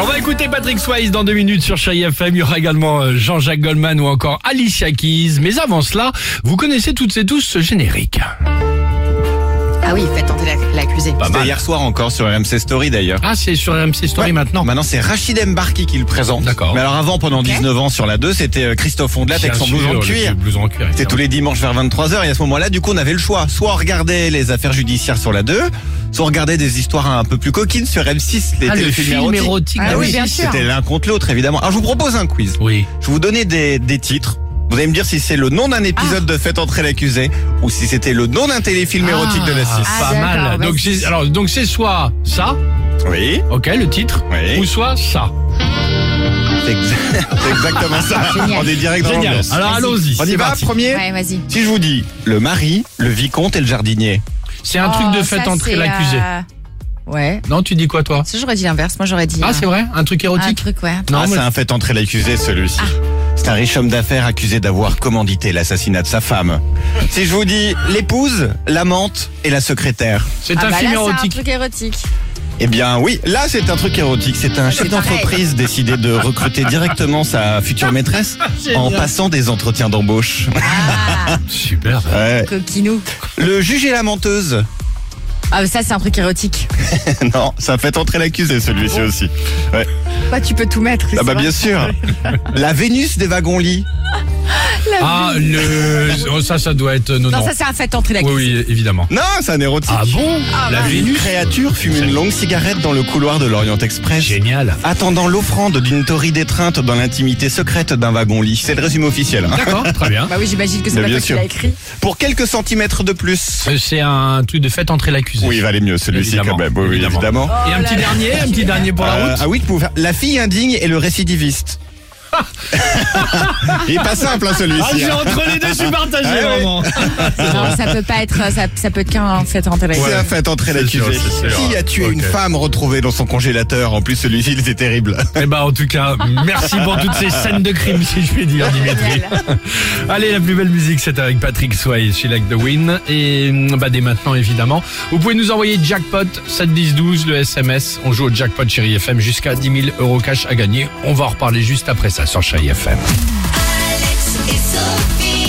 On va écouter Patrick Swayze dans deux minutes sur Chai FM. Il y aura également euh, Jean-Jacques Goldman ou encore Alicia Keys. Mais avant cela, vous connaissez toutes et tous ce générique. Ah oui, faites tenter la- l'accusé. Pas C'était mal. hier soir encore sur RMC Story d'ailleurs. Ah, c'est sur MC Story Ouais. maintenant. Maintenant, c'est Rachid Mbarki qui le présente. D'accord. Mais alors avant, pendant 19 ans sur la 2, c'était euh, Christophe Ondelat avec Bien son sûr, blouson de le cuir. blouson en cuir, C'était évidemment. tous les dimanches vers 23h et à ce moment-là, du coup, on avait le choix. Soit on regardait les affaires judiciaires sur la 2, soit on regardait des histoires un peu plus coquines sur M6, les Ah, le téléfilms film érotiques. érotique. Ah Ah oui, oui, bien sûr. c'était l'un contre l'autre, évidemment. Alors, je vous propose un quiz. Oui. Je vais vous donner des, des titres. Vous allez me dire si c'est le nom d'un épisode de Faites entrer l'accusé ou si c'était le nom d'un téléfilm érotique de la 6. Ah, Ah, Pas d'accord, mal. vas-y. Donc c'est alors donc c'est soit ça, Oui, ok, le titre, Oui. ou soit ça. c'est exa- c'est exactement ça. Ah, Génial. On est direct dans Génial. l'ambiance. Alors Vas-y. allons-y. On y c'est va, parti. premier Ouais, vas-y. Si je vous dis le mari, le vicomte et le jardinier. C'est un truc Oh, de fait entrer l'accusé. euh, Ouais. Non, tu dis quoi toi Ça, j'aurais dit l'inverse. Moi, j'aurais dit. Ah, euh, c'est vrai, un truc Un érotique. truc, ouais. Non, ah, moi, c'est un fait entrer l'accusé, celui-ci. Ah. C'est un riche homme d'affaires accusé d'avoir commandité l'assassinat de sa femme. Si je vous dis l'épouse, l'amante et la secrétaire. c'est Ah un bah film là, C'est un érotique. truc érotique. Eh bien oui, là c'est un truc érotique. C'est un chef C'est pareil. d'entreprise décidé de recruter directement sa future maîtresse en Génial. passant des entretiens d'embauche. Ah, Super. Ouais. coquinou. Le juge et la menteuse. Ah, ça, c'est un truc érotique. Non, ça fait entrer l'accusé celui-ci Oh. aussi. Ouais. Toi, tu peux tout mettre. Ah bah bien sûr. La Vénus des wagons-lits. Ah le oh, ça ça doit être non non. Non, ça, c'est un fait entrer oui l'accusé. oui évidemment. Non, c'est un érotique. Ah bon La bah. Une Vénus. créature fume une longue cigarette dans le couloir de l'Orient Express. Génial. Attendant l'offrande d'une torride étreinte dans l'intimité secrète d'un wagon-lit. C'est le résumé officiel. hein. D'accord, très bien. Bah oui, j'imagine que c'est Mais pas bien toi qui sûr. l'as écrit. Pour quelques centimètres de plus. Euh, C'est un truc de fait entrer l'accusé. Oui, bah. il valait mieux celui-ci Évidemment, quand même. Oui, oui, évidemment. évidemment. Et un petit dernier, un petit dernier pour la Euh, route. ah oui, vous pouvez faire la fille indigne et le récidiviste. il est pas simple hein, Ah, celui-ci. j'ai hein. entre les deux, je suis partagé Ah, oui. vraiment. Non, ça peut pas être. euh, Ça, ça peut être qu'un fait entrer C'est l'accusé. un fait entrer C'est l'accusé. sûr, c'est sûr. Qui a tué Ok. une femme retrouvée dans son congélateur En plus, celui-ci, il était terrible. Eh ben, en tout cas, merci pour toutes ces scènes de crime, si je puis dire, Dimitri. Allez, la plus belle musique, c'est avec Patrick Swayze, She Like the Win. Et mm, bah, dès maintenant, évidemment, vous pouvez nous envoyer jackpot 7 10 12 le SMS. On joue au jackpot Chéri FM jusqu'à 10 000 euros cash à gagner. On va en reparler juste après ça sur Chéri FM. Alex et Sophie.